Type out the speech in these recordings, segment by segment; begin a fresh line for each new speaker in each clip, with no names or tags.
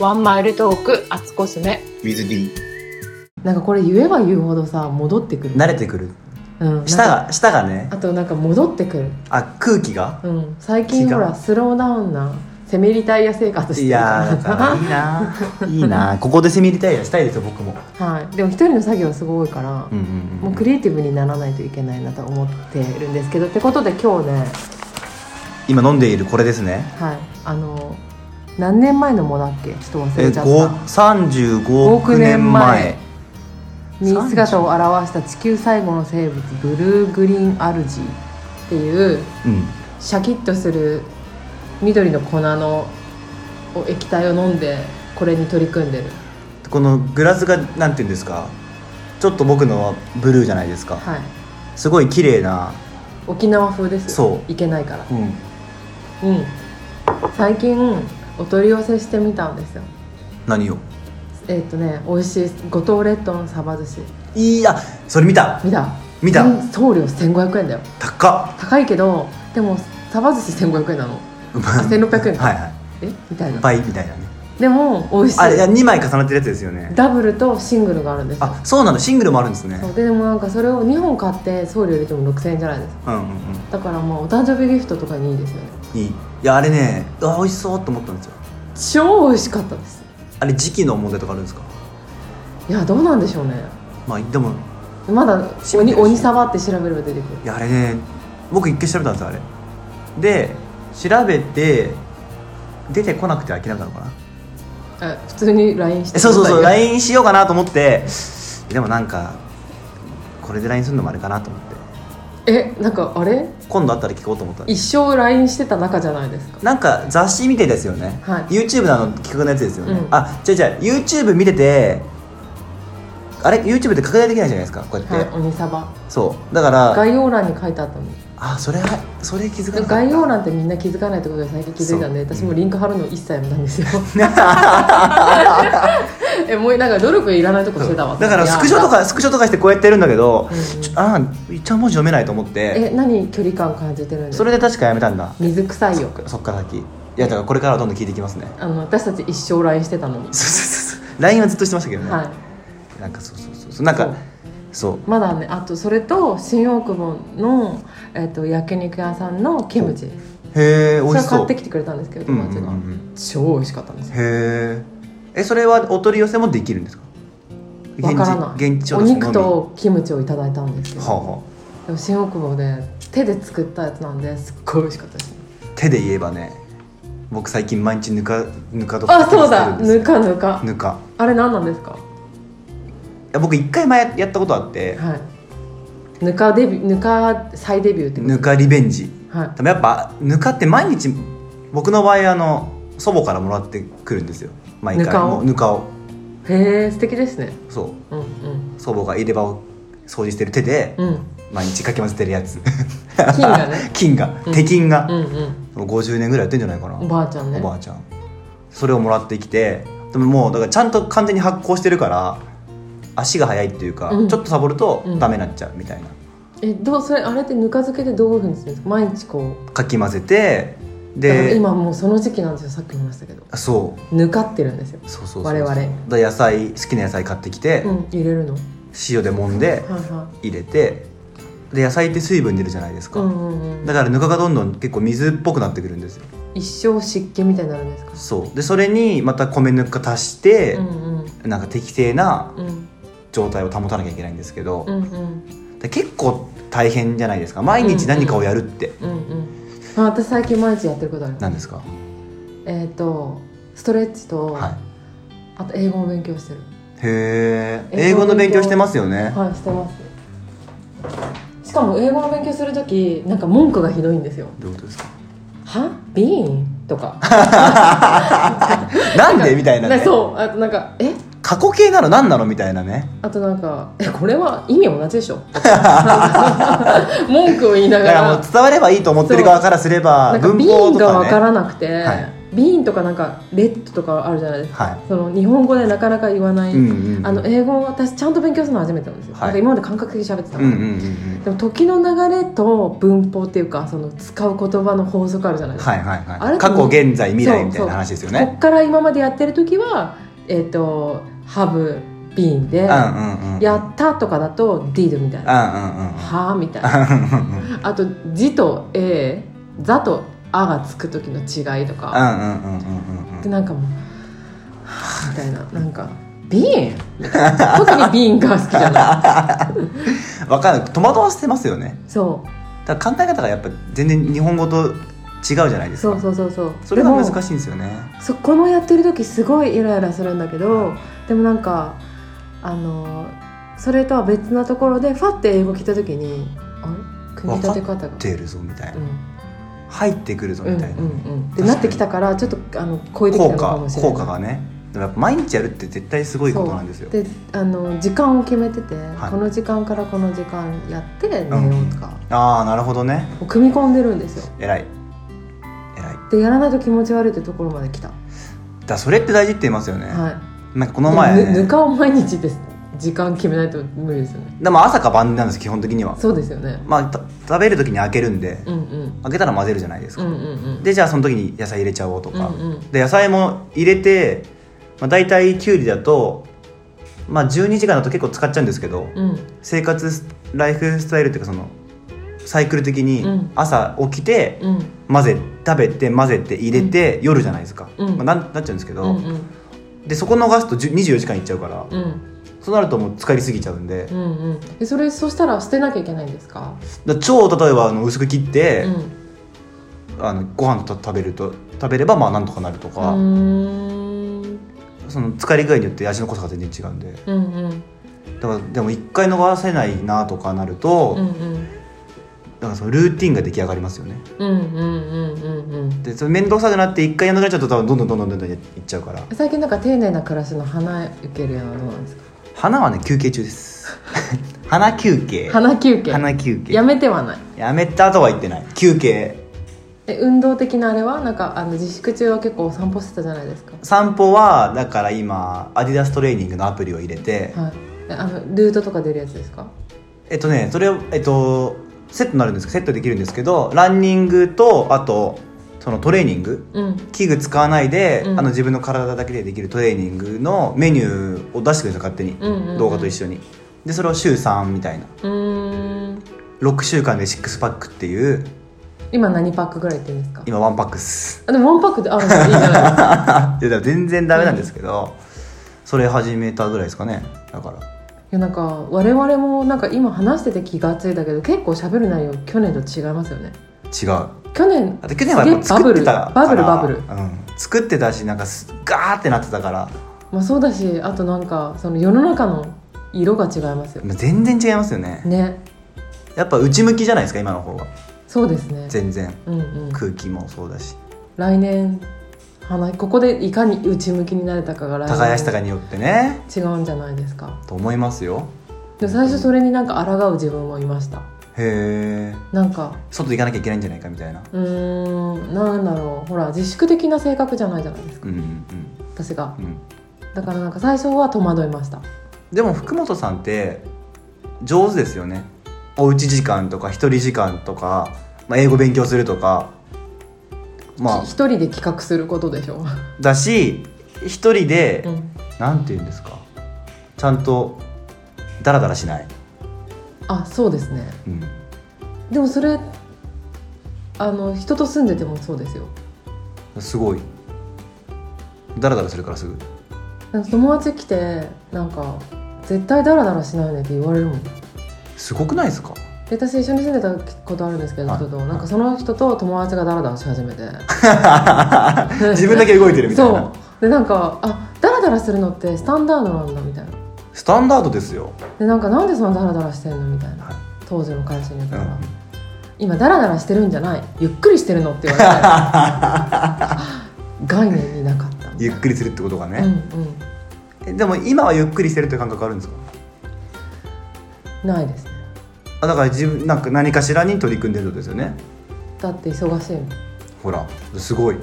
ワンマイルトーク、アツコスメ。
水切
なんかこれ言えば言うほどさ、戻ってくる。
慣れてくる
うん。
舌
なんか
が舌がね
あとなんか戻ってくる。
あ空気が
うん。最近
違う
ほら、スローダウンな、セミリタイヤ生活して
い
るか
や ーだからいいないいなここでセミリタイヤしたいですよ僕も
ら。はい。でも一人の作業はすごいから
う、んう
も
ん
うクリエイティブにならないといけないなと思ってるんですけど、ってことで今日ね、
今飲んでいるこれですね
はい。あの、何年前のもだっけちょっと忘
え
れちゃった。
35億
億
年
年
前
前に姿を現した地球最後の生物ブルーグリーンアルジーっていう
うん
シャキッとする緑の粉のを液体を飲んでこれに取り組んでる
このグラスがなんていうんですかちょっと僕のはブルーじゃないですか
はい
すごい綺麗な
沖縄風です
そ
いけないから
うん
うん最近お取り寄せしてみたんですよ
何を
えっ、とね美味しい五島列島のサバ寿司
いやそれ見た
見た
見た
うん送料1500円だよ
高っ
高いけどでもサバ寿司1500円な の
うまい
あ1600円か
はいはい
えみたいない
倍みたいなね
でも美味しい
あれいや2枚重なってるやつですよね
ダブルとシングルがあるんですよ
あそうなのシングルもあるんですね
そうででもなんかそれを2本買って送料入れても6000円じゃないですか
うんうん
だからまあお誕生日ギフトとかにいいですよね
うんいいいやあれねあ美味しそうと思ったんですよ
超美味しかったです
あれ時期の問題とかあるんですか
いやどうなんでしょうね
まあでも
まだ
閉
鬼
めてるし
鬼サバって調べれば出てくる
いやあれね僕一回調べたんですよあれで調べて出てこなくて諦めたのかな
え普通に LINE して
えそうそうそう
ライン
LINE しようかなと思ってでもなんかこれで LINE するのもあれかなと思って
えなんかあれ
今度会ったら聞こうと思ったんで
一生 LINE してた仲じゃないですか
なんか雑誌見てですよね、
はい
YouTube のあの企画のやつですよね、
うん
あ違う違う YouTube 見ててあれ YouTube って拡大できないじゃないですかこうやって、
はい鬼サバ
そうだから
概要欄に書いてあったの
あそれそれ気づか
で
なかっ
概要欄ってみんな気づかないってことで最近気づいたんで
そう
私もリンク貼るの一切やめたんですよ えもうなんか努力いらないとこしてたわ
ただからスクショとかスクショとかしてこうやってやるんだけど、
うん
ちょあー一応文字読めないと思って
え何距離感感じてるんです
そ
か
れで確かやめたんだ
水臭いよ
そっから先いやだからこれからはどんどん聞いていきますね
あの私たち一生 LINE してたのに
そうそうそうそう LINE はずっとしてましたけどね、
は
なんかそうそうそうそうなんかそう
いまだねあとそれと新大久保の、えっと焼肉屋さんのキムチ
へえ美
それ
味
を
しそ
買
う
ってきてくれたんですけど
うんう
友
んうん
達が、
うん
超美味しかったんですよ
へえ。え、それはお取り寄せもできるんですか。
わからない
現地現地調
お
達のみ
肉。とキムチをいただいたんですけ
は
ど、
あ、は
でも新大久保で手で作ったやつなんですっごい美味しかったです
あ、手で言えばね。僕最近毎日ぬか、ぬかとか。
あそうだぬ。かぬか
ぬか。
あれ何なんですか
いや、僕一回前やったことあって。
はいぬかデビューぬか再デビューってこと
ぬかリベンジ。
はい
でもやっぱ、ぬかって毎日。僕の場合、あの。祖母からもらってくるんですよ。毎回。
ぬかを
もうぬかを。
へえ素敵ですね
そ
うんうん
う。祖母が入れ歯を。掃除してる手で。
うん
毎日かき混ぜてるやつ。
金が ね
菌が。
うん
手菌が
う。ん
50年ぐらいやってんじゃないかな。
うんおばあちゃんね
おばあちゃんそれをもらってきてでももうだからちゃんと完全に発酵してるから足が速いっていうか、
うん
ちょっとサボると
うん
ダメになっちゃうみたいな、
えどうそれあれってぬか漬けでどういうふうにするんですか毎日こう
かき混ぜて
だから
で
今もうその時期なんですよさっきも言いましたけど
あそう
ぬかってるんですよ
そうそうそう
我々
で野菜好きな野菜買ってきて、
うん入れるのはい
塩で揉んで
は
入れてで野菜って水分出るじゃないです
い
か、
うんうんう
だ
ん
からぬかがどんどん結構水っぽくなってくるんですよ
一生湿気みたいになるんですか
そうでそれにまた米ぬか足して
う、んうん
なんか適正な
うん
状態を保たなきゃいけないんですけど、
うんうん
で結構大変じゃないですか毎日何かをやるって、
うんうんあ私最近毎日やってることある
なんですか、
えっとストレッチと
は
あと英語を勉強してる
い、へえ英
英
語
語
の
の
勉
勉強
強してますよね
はいしてますしかも英語の勉強するときなんか文句がひどいんですよ
どういうことですか
はビーンとか
なんでみたいなね
ねそうあとなんかえ
過去形なの何なのみたいなね
あとなんかえこれは意味同じ でしょ文句を言いな
だ
が
かららもう伝わればいいと思ってる側からすれば
なんか
文
ビー
法
ン
と
が
か
わ
ね
からなくて、
はい
ビーンとかなんかレッドとかあるじゃないですか
は
その日本語でなかなか言わない、
い、うんうんうん、
あの英語を私ちゃんと勉強するの初めてなんですよ、な
はい
んか今まで感覚的に喋ってた
う
か
ん
ら、
うんうんうん
でも時の流れと文法っていうかその使う言葉の法則あるじゃないですか、
はいはい
あ
は
れ
い過去現在未来みたいな話ですよ
こっ
ね
から今までやってる時はえっ、とハブビーンで、
うんうんうん
やったとかだとディドみたいな、
う
はあみたいな
んうんうんうん
あと「じ」と「え」「ざ」と「あ」がつく時の違いとか、
うんうんうんうんうん
でなんかもう「はあ」みたいななんか「ビーン」みたいな特にビーンが好きじゃない
わかんない戸惑わせてますよね
そ
だから考え方がやっぱ全然日本語と違うじゃないで
う
す
そ
か
うそうそうそう
それが
でも
難しいんですよね
そこのやってる時すごいイライラするんだけどでもなんかあのそれとは別なところでファって英語聞いた時にあれ組み立て方が
出るぞみたいうなん入ってくるぞ
うん
み
うん
たいな、
うんってなってきたからちょっとあの超えてきた
効
のか
果
もしれない
効果がねでもやっぱ毎日やるって絶対すごいことなんですよ
そうであの時間を決めてて、
い
この時間からこの時間やって寝ようとか、
ああなるほどね
もう組み込んでるんですよ
偉い偉いだか
でやらないと気持ち悪いってところまで来た、
らそれって大事って言いますよね、
はい
なんかこの前
でぬぬ
ね
かを毎日です時間決めないと無理ですよね
でも朝か晩なんです基本的には
そうですよね
まあた食べる時に開けるんで、
うんうん
開けたら混ぜるじゃないです
う
か、
んうんうん
でじゃあその時に野菜入れちゃおうと
うん
か、
うん
で野菜も入れて、まあ、大体きゅうりだと、まあ、12時間だと結構使っちゃうんですけど、
うん
生活スライフスタイルっていうかそのサイクル的に
うん
朝起きて
うん
混ぜ食べて混ぜて入れて、夜じゃないですか、
うん
まあ、なんなっちゃうんですけど、
うんうん
でそこ逃すと10 24時間いっちゃうから、
うん
そうなるともう使いすぎちゃうんで、
うんうんえそれそしたら捨てなきゃいけないんですか、
だから超例えばあの薄く切って
う、ん
あのご飯と食べると食べればまあなんとかなると
う
か、
ーん
その疲れ具合によって味の濃さが全然違うんで
うんうん
だからでも一回逃せないなとかなると、
うんうん
だからそのルーティンが出来上がりますよね
うんうんうんうんうん
でそれ面倒くさくなって一回やんなくなっちゃうと多分どんどんどんどんどんどんいっちゃうから
最近なんか丁寧な暮らしの花受けるようなのはどうなんですか
花はね休憩中です花休憩
花休憩
花休憩
や
や
めてはない
めたとは言ってない休憩
え運動的なあれはなんかあの自粛中は結構お散歩してたじゃないですか
散歩はだから今アディダストレーニングのアプリを入れて、
はいえあのルートとか出るやつですか
えっとねそれをえっとセットになるんですセットできるんですけどランニングとあとそのトレーニング
うん
器具使わないで、
うん
あの自分の体だけでできるトレーニングのメニューを出してくれた勝手に、
うんうんうん
動画と一緒にでそれを週3みたいな
うーん
6週間で6パックっていう
今何パックぐらいいってるんですか
今1パックっす
あでもワンパックであるのいいじゃないですか
いやでも全然ダメなんですけど、それ始めたぐらいですかねだから
いやなんか我々もなんか今話してて気がついたけど結構喋る内容去年と違いますよね
違うあ
去年
と去年はやっぱ
すげえバ
作
ブ
って
ル
たから
バブルバブル
うん、作ってたしなんかすガーってなってたから
まあそうだしあとなんかその世の中の色が違いますよ
まあ全然違いますよね
ね
やっぱ内向きじゃないですか今の方が
そうですね
全然
うんうん
空気もそうだし
来年花ここでいかに内向きになれたかが来年
耕したかによってね
違うんじゃないですか
と思いますよ
でも最初それになんか抗う自分もいました
へえ
なんか
外行かなきゃいけないんじゃないかみたいな
うーんなんだろうほら自粛的な性格じゃないじゃないですか
うんうん
私が
うんうん
だからなんか最初は戸惑いました
でも福本さんって上手ですよねおうち時間とか一人時間とか、まあ、英語勉強するとかま
き一人で企画することでしょ、
あだし一人で
うん、
なんて言うんですかちゃんとダラダラしない、
あそうですね
うん、
でもそれあの人と住んでてもそうですよ
すごいダラダラするからすぐ
なんか友達来てなんか絶対ダラダラしないよねって言われるもん
すごくないですか
で私一緒に住んでたことあるんですけど
はい
人と
はい
なんかその人と友達がダラダラし始めて
自分だけ動いてるみたい
そう
な
でなんかあダラダラするのってスタンダードなんだみたいな
スタンダードですよ、
でなんかなんでそんなダラダラしてんのみたいな
はい
当時の彼氏に言ったら、
うん
今ダラダラしてるんじゃないゆっくりしてるのって言 われてあ概念になかったみたい
ゆっ
な
くりするってことが
うん
ね、えでも今はゆっくりしてるって感覚あるんですか
うんないですね
あだから自分なんか何かしらに取り組んでるってことですよね
だって忙しいもん
ほらすごい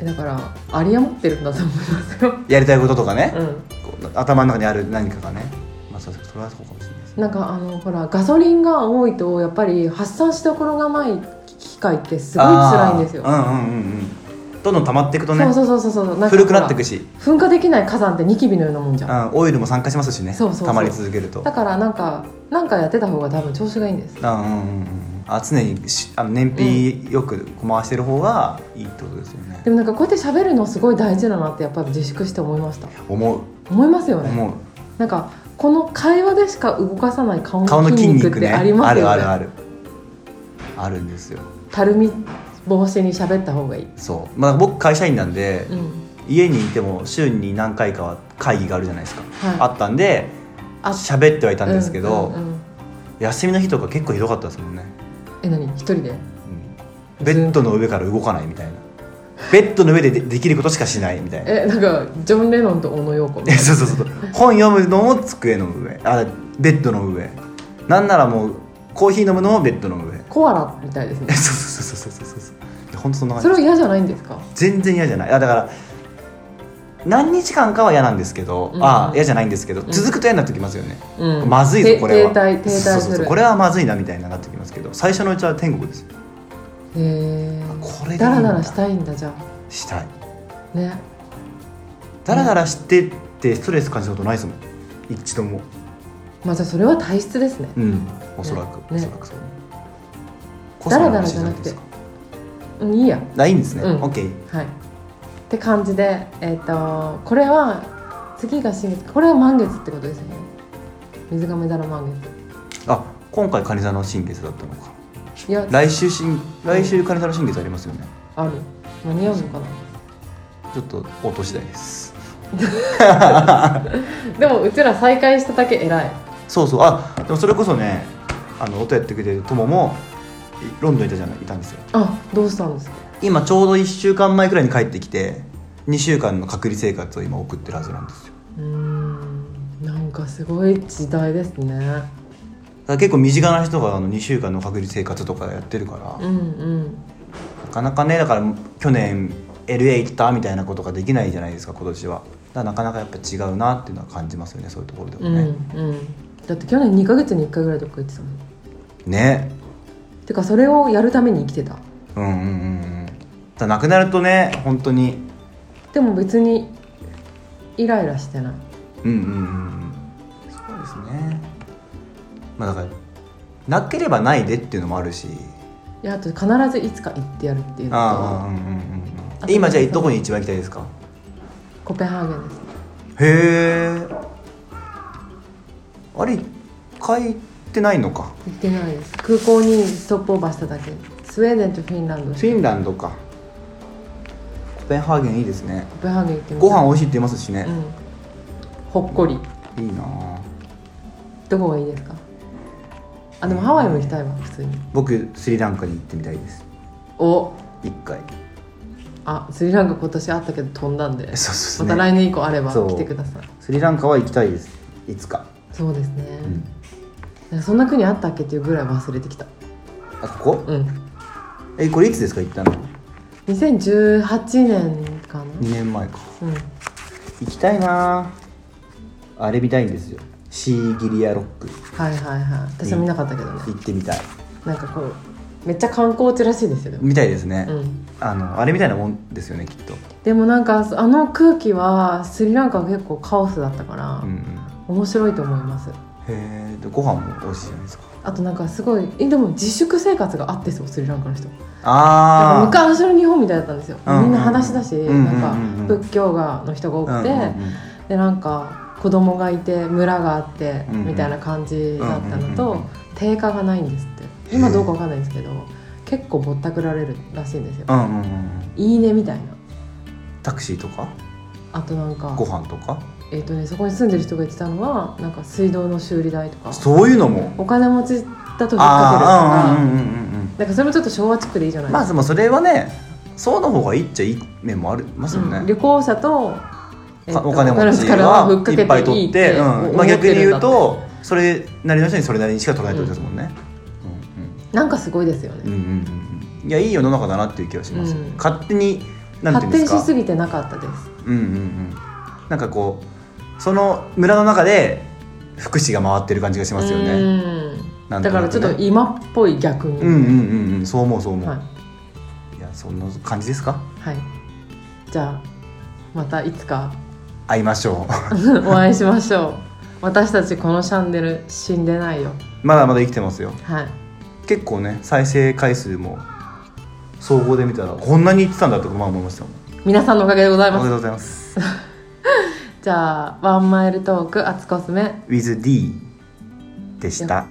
えだから有り余ってるんだと思いますよ
やりたいこととかね、
う
こう頭の中にある何かがね、まあ、そそれはそうかもしれないです
んなんかあのほらガソリンが多いとやっぱり発散しどころがない機械ってすごい辛いんですよ、
あーうんうんうんうんどんどん溜まっていくとね
そうそうそうそうそうなんか
古くなってい
ほ
くし、
ら噴火できない火山ってニキビのようなもんじゃん
うん、オイルも酸化しますしね
そうそうそう
溜まり続けると
だからなんかなんかやってた方が多分調子がいいんです
あうんうんうんあ常にしあの燃費よく回してる方がいいってことですよね
で、もなんかこうやって喋るのすごい大事だなってやっぱり自粛して思いました
思う
思いますよね
思う
なんかこの会話でしか動かさない顔
顔
の
の
筋
筋
肉っ
肉ね
てありますよね
あるあるあるあるんですよ
たるみ防止に喋った方がいい、
そう、まあ、僕会社員なんで、
うん
家にいても週に何回かは会議があるじゃないですか、
はい、
あったんで
あ
喋ってはいたんですけど、
うんうんうん
休みの日とか結構ひどかったですもんね、
え何一人で
うんベッドの上から動かないみたいなベッドの上ででできることしかしないみたいな
えなんかジョン・レノンと小野洋子みた
え
い
そうそうそうそう本読むのも机の上あベッドの上なんならもうコーヒー飲むのもベッドの上 そう
なコアラみたいですね
そうそうそうそうそうそういや本当そんな感
そ
じ
れは嫌じゃないんですか
全然嫌じゃないあだから何日間かは嫌なんですけど、
うん
ああ嫌じゃないんですけど
ん
続くと嫌になってきますよね、
うん
まずいぞ
て
これは
停滞停滞する
そうそうそうこれはまずいなみたいになってきますけど最初のうちは天国ですよ
へえ
これでいいんだ
だらだらしたいんだじゃ
したい
あね
だらだらしてってストレス感じたことないですもん一度も
まあじゃあそれは体質ですね
うんおそらく、
ね
おそらくそうコス
だ
モ
らだ
の
ら
話
じゃな
じゃない
く
で
て
すか
うんいいや
あいいんですね、
うん
オッケー
はいって感じでえっ、とこれは次が新月これは満月ってことですよね水亀座の満
あ今回蟹座の新月だったのか
月いや
来週新来週蟹座の新月ありますよね
ある間に合うのかな
ちょっと音次第です
でもうちら再会しただけ偉い
そうそうあでもそれこそねあの音やってくれる友もいロンドンいたじゃないいたんですよ
あどうしたんですか
今ちょうど1週間前くらいに帰ってきて2週間の隔離生活を今送ってるはずなんですよ
うーんなんかすごい時代ですね
だから結構身近な人があの2週間の隔離生活とかやってるから、
うんうん
なかなかねだから去年 LA 行ったみたいなことができないじゃないですか今年はだからなかなかやっぱ違うなっていうのは感じますよねそういうところでも
うんう
ね、
んだって去年2ヶ月に1回ぐらいどっか行ってたもん
ね
てかそれをやるために生きてた
うんうんうんうんだからなくなるとね本当に
でも別にイライラしてない
うんうんうんうんそうですねまあだからなければないでっていうのもあるし
いやあと必ずいつか行ってやるっていう
ああう
の
んうんうん
あ
今じゃあどこに一番行きたいですか
とコペンハーゲンです
へえあれ書いてないのか
行ってないです空港にストップオーバーしただけスウェーデンとフィンランド
フィンランドかコペンハーゲンいいですね
コペンハーゲン行ってみた
ご
い
飯美味しいって言いますしね
う、んほっこり
いいなあ
どこがいいですかあでもハワイも行きたいわ普通に
僕スリランカに行ってみたいです
お
一回
あスリランカ今年あったけど飛んだんで
そうそ
ま
うそ
た
う、
来年以降あれば
そう
来てください
スリランカは行きたいですいつか、
そうですね、
うん、
なんかそんな国あったっけっていうぐらい忘れてきた
あここ
うん
えこれいつですか行ったの
2018年かな、
2年前か
うん、
行きたいなああれ見たいんですよシーギリアロック
はいはいはい私は見なかったけどね、
行ってみたい
なんかこうめっちゃ観光地らしいですよね、
みたいですね、
うん、
あのあれみたいなもんですよねきっと、
でもなんかあの空気はスリランカは結構カオスだったから、
うんうん、
面白いと思います
へえでご飯も美味しいじゃないですか
あとなんかすごいえでも自粛生活があってそうスリランカの人なん
あ
か
あ
昔の日本みたいだったんですよ、
うんうんうん
みんな話しだし、
うんうんうん
なんか仏教がの人が多くて、でなんか子供がいて村があって、
うんうん
みたいな感じだったの
うん
と、
うんうんうん
定価がないんですって今どうかわかんないんですけど結構ぼったくられるらしいんですよ、
うんうんうんうん
いいねみたいな
タクシーとか
あとなんか
ご飯とか
えーとね、そこに住んでる人が言ってたのはなんか水道の修理代とか
そういうのも
お金持ちだと引っ
あ
掛
あ
け
う
るとか
んうんうんうん
なんかそれもちょっと昭和チックでいいじゃな
う
い
ん
で
ます
か、
あでもそれはねそうの方がいいっちゃいい面もありますよね、
うん旅行者と,、えーと
お金持ち
から
は
ふっかけ
いっぱい取ってうんまあ、逆に言
思
う
ってるんだ
とそれなりの人にそれなりにしか取らないってことですもんね、
ってなんかすごいですよ
うん
ね、
うんうんうんうんいやいい世の中だなっていう気がします、
うん
勝手になんていうん
発
です
展
か
しすぎてなかったです
うんうんうんなんかこうその村の中で福祉が回ってる感じがしますよね
うん
なんと
だか
なくね
らちょっと今っぽい逆に、
うんうんうんうんそう思うそう思う、
はい、
い、やそんな感じですか
はい、じゃあまたいつか
会いましょう
お会いしましょう私たちこのチャンネル死んでないよ
まだまだ生きてますよ
はい
結構ね再生回数も総合で見たらこんなにいってたんだってまあ思いましたもん
皆さんのおかげでござい
お
ま
めですとうございます
じゃあワンマイルトークあつこすめ
WithD でした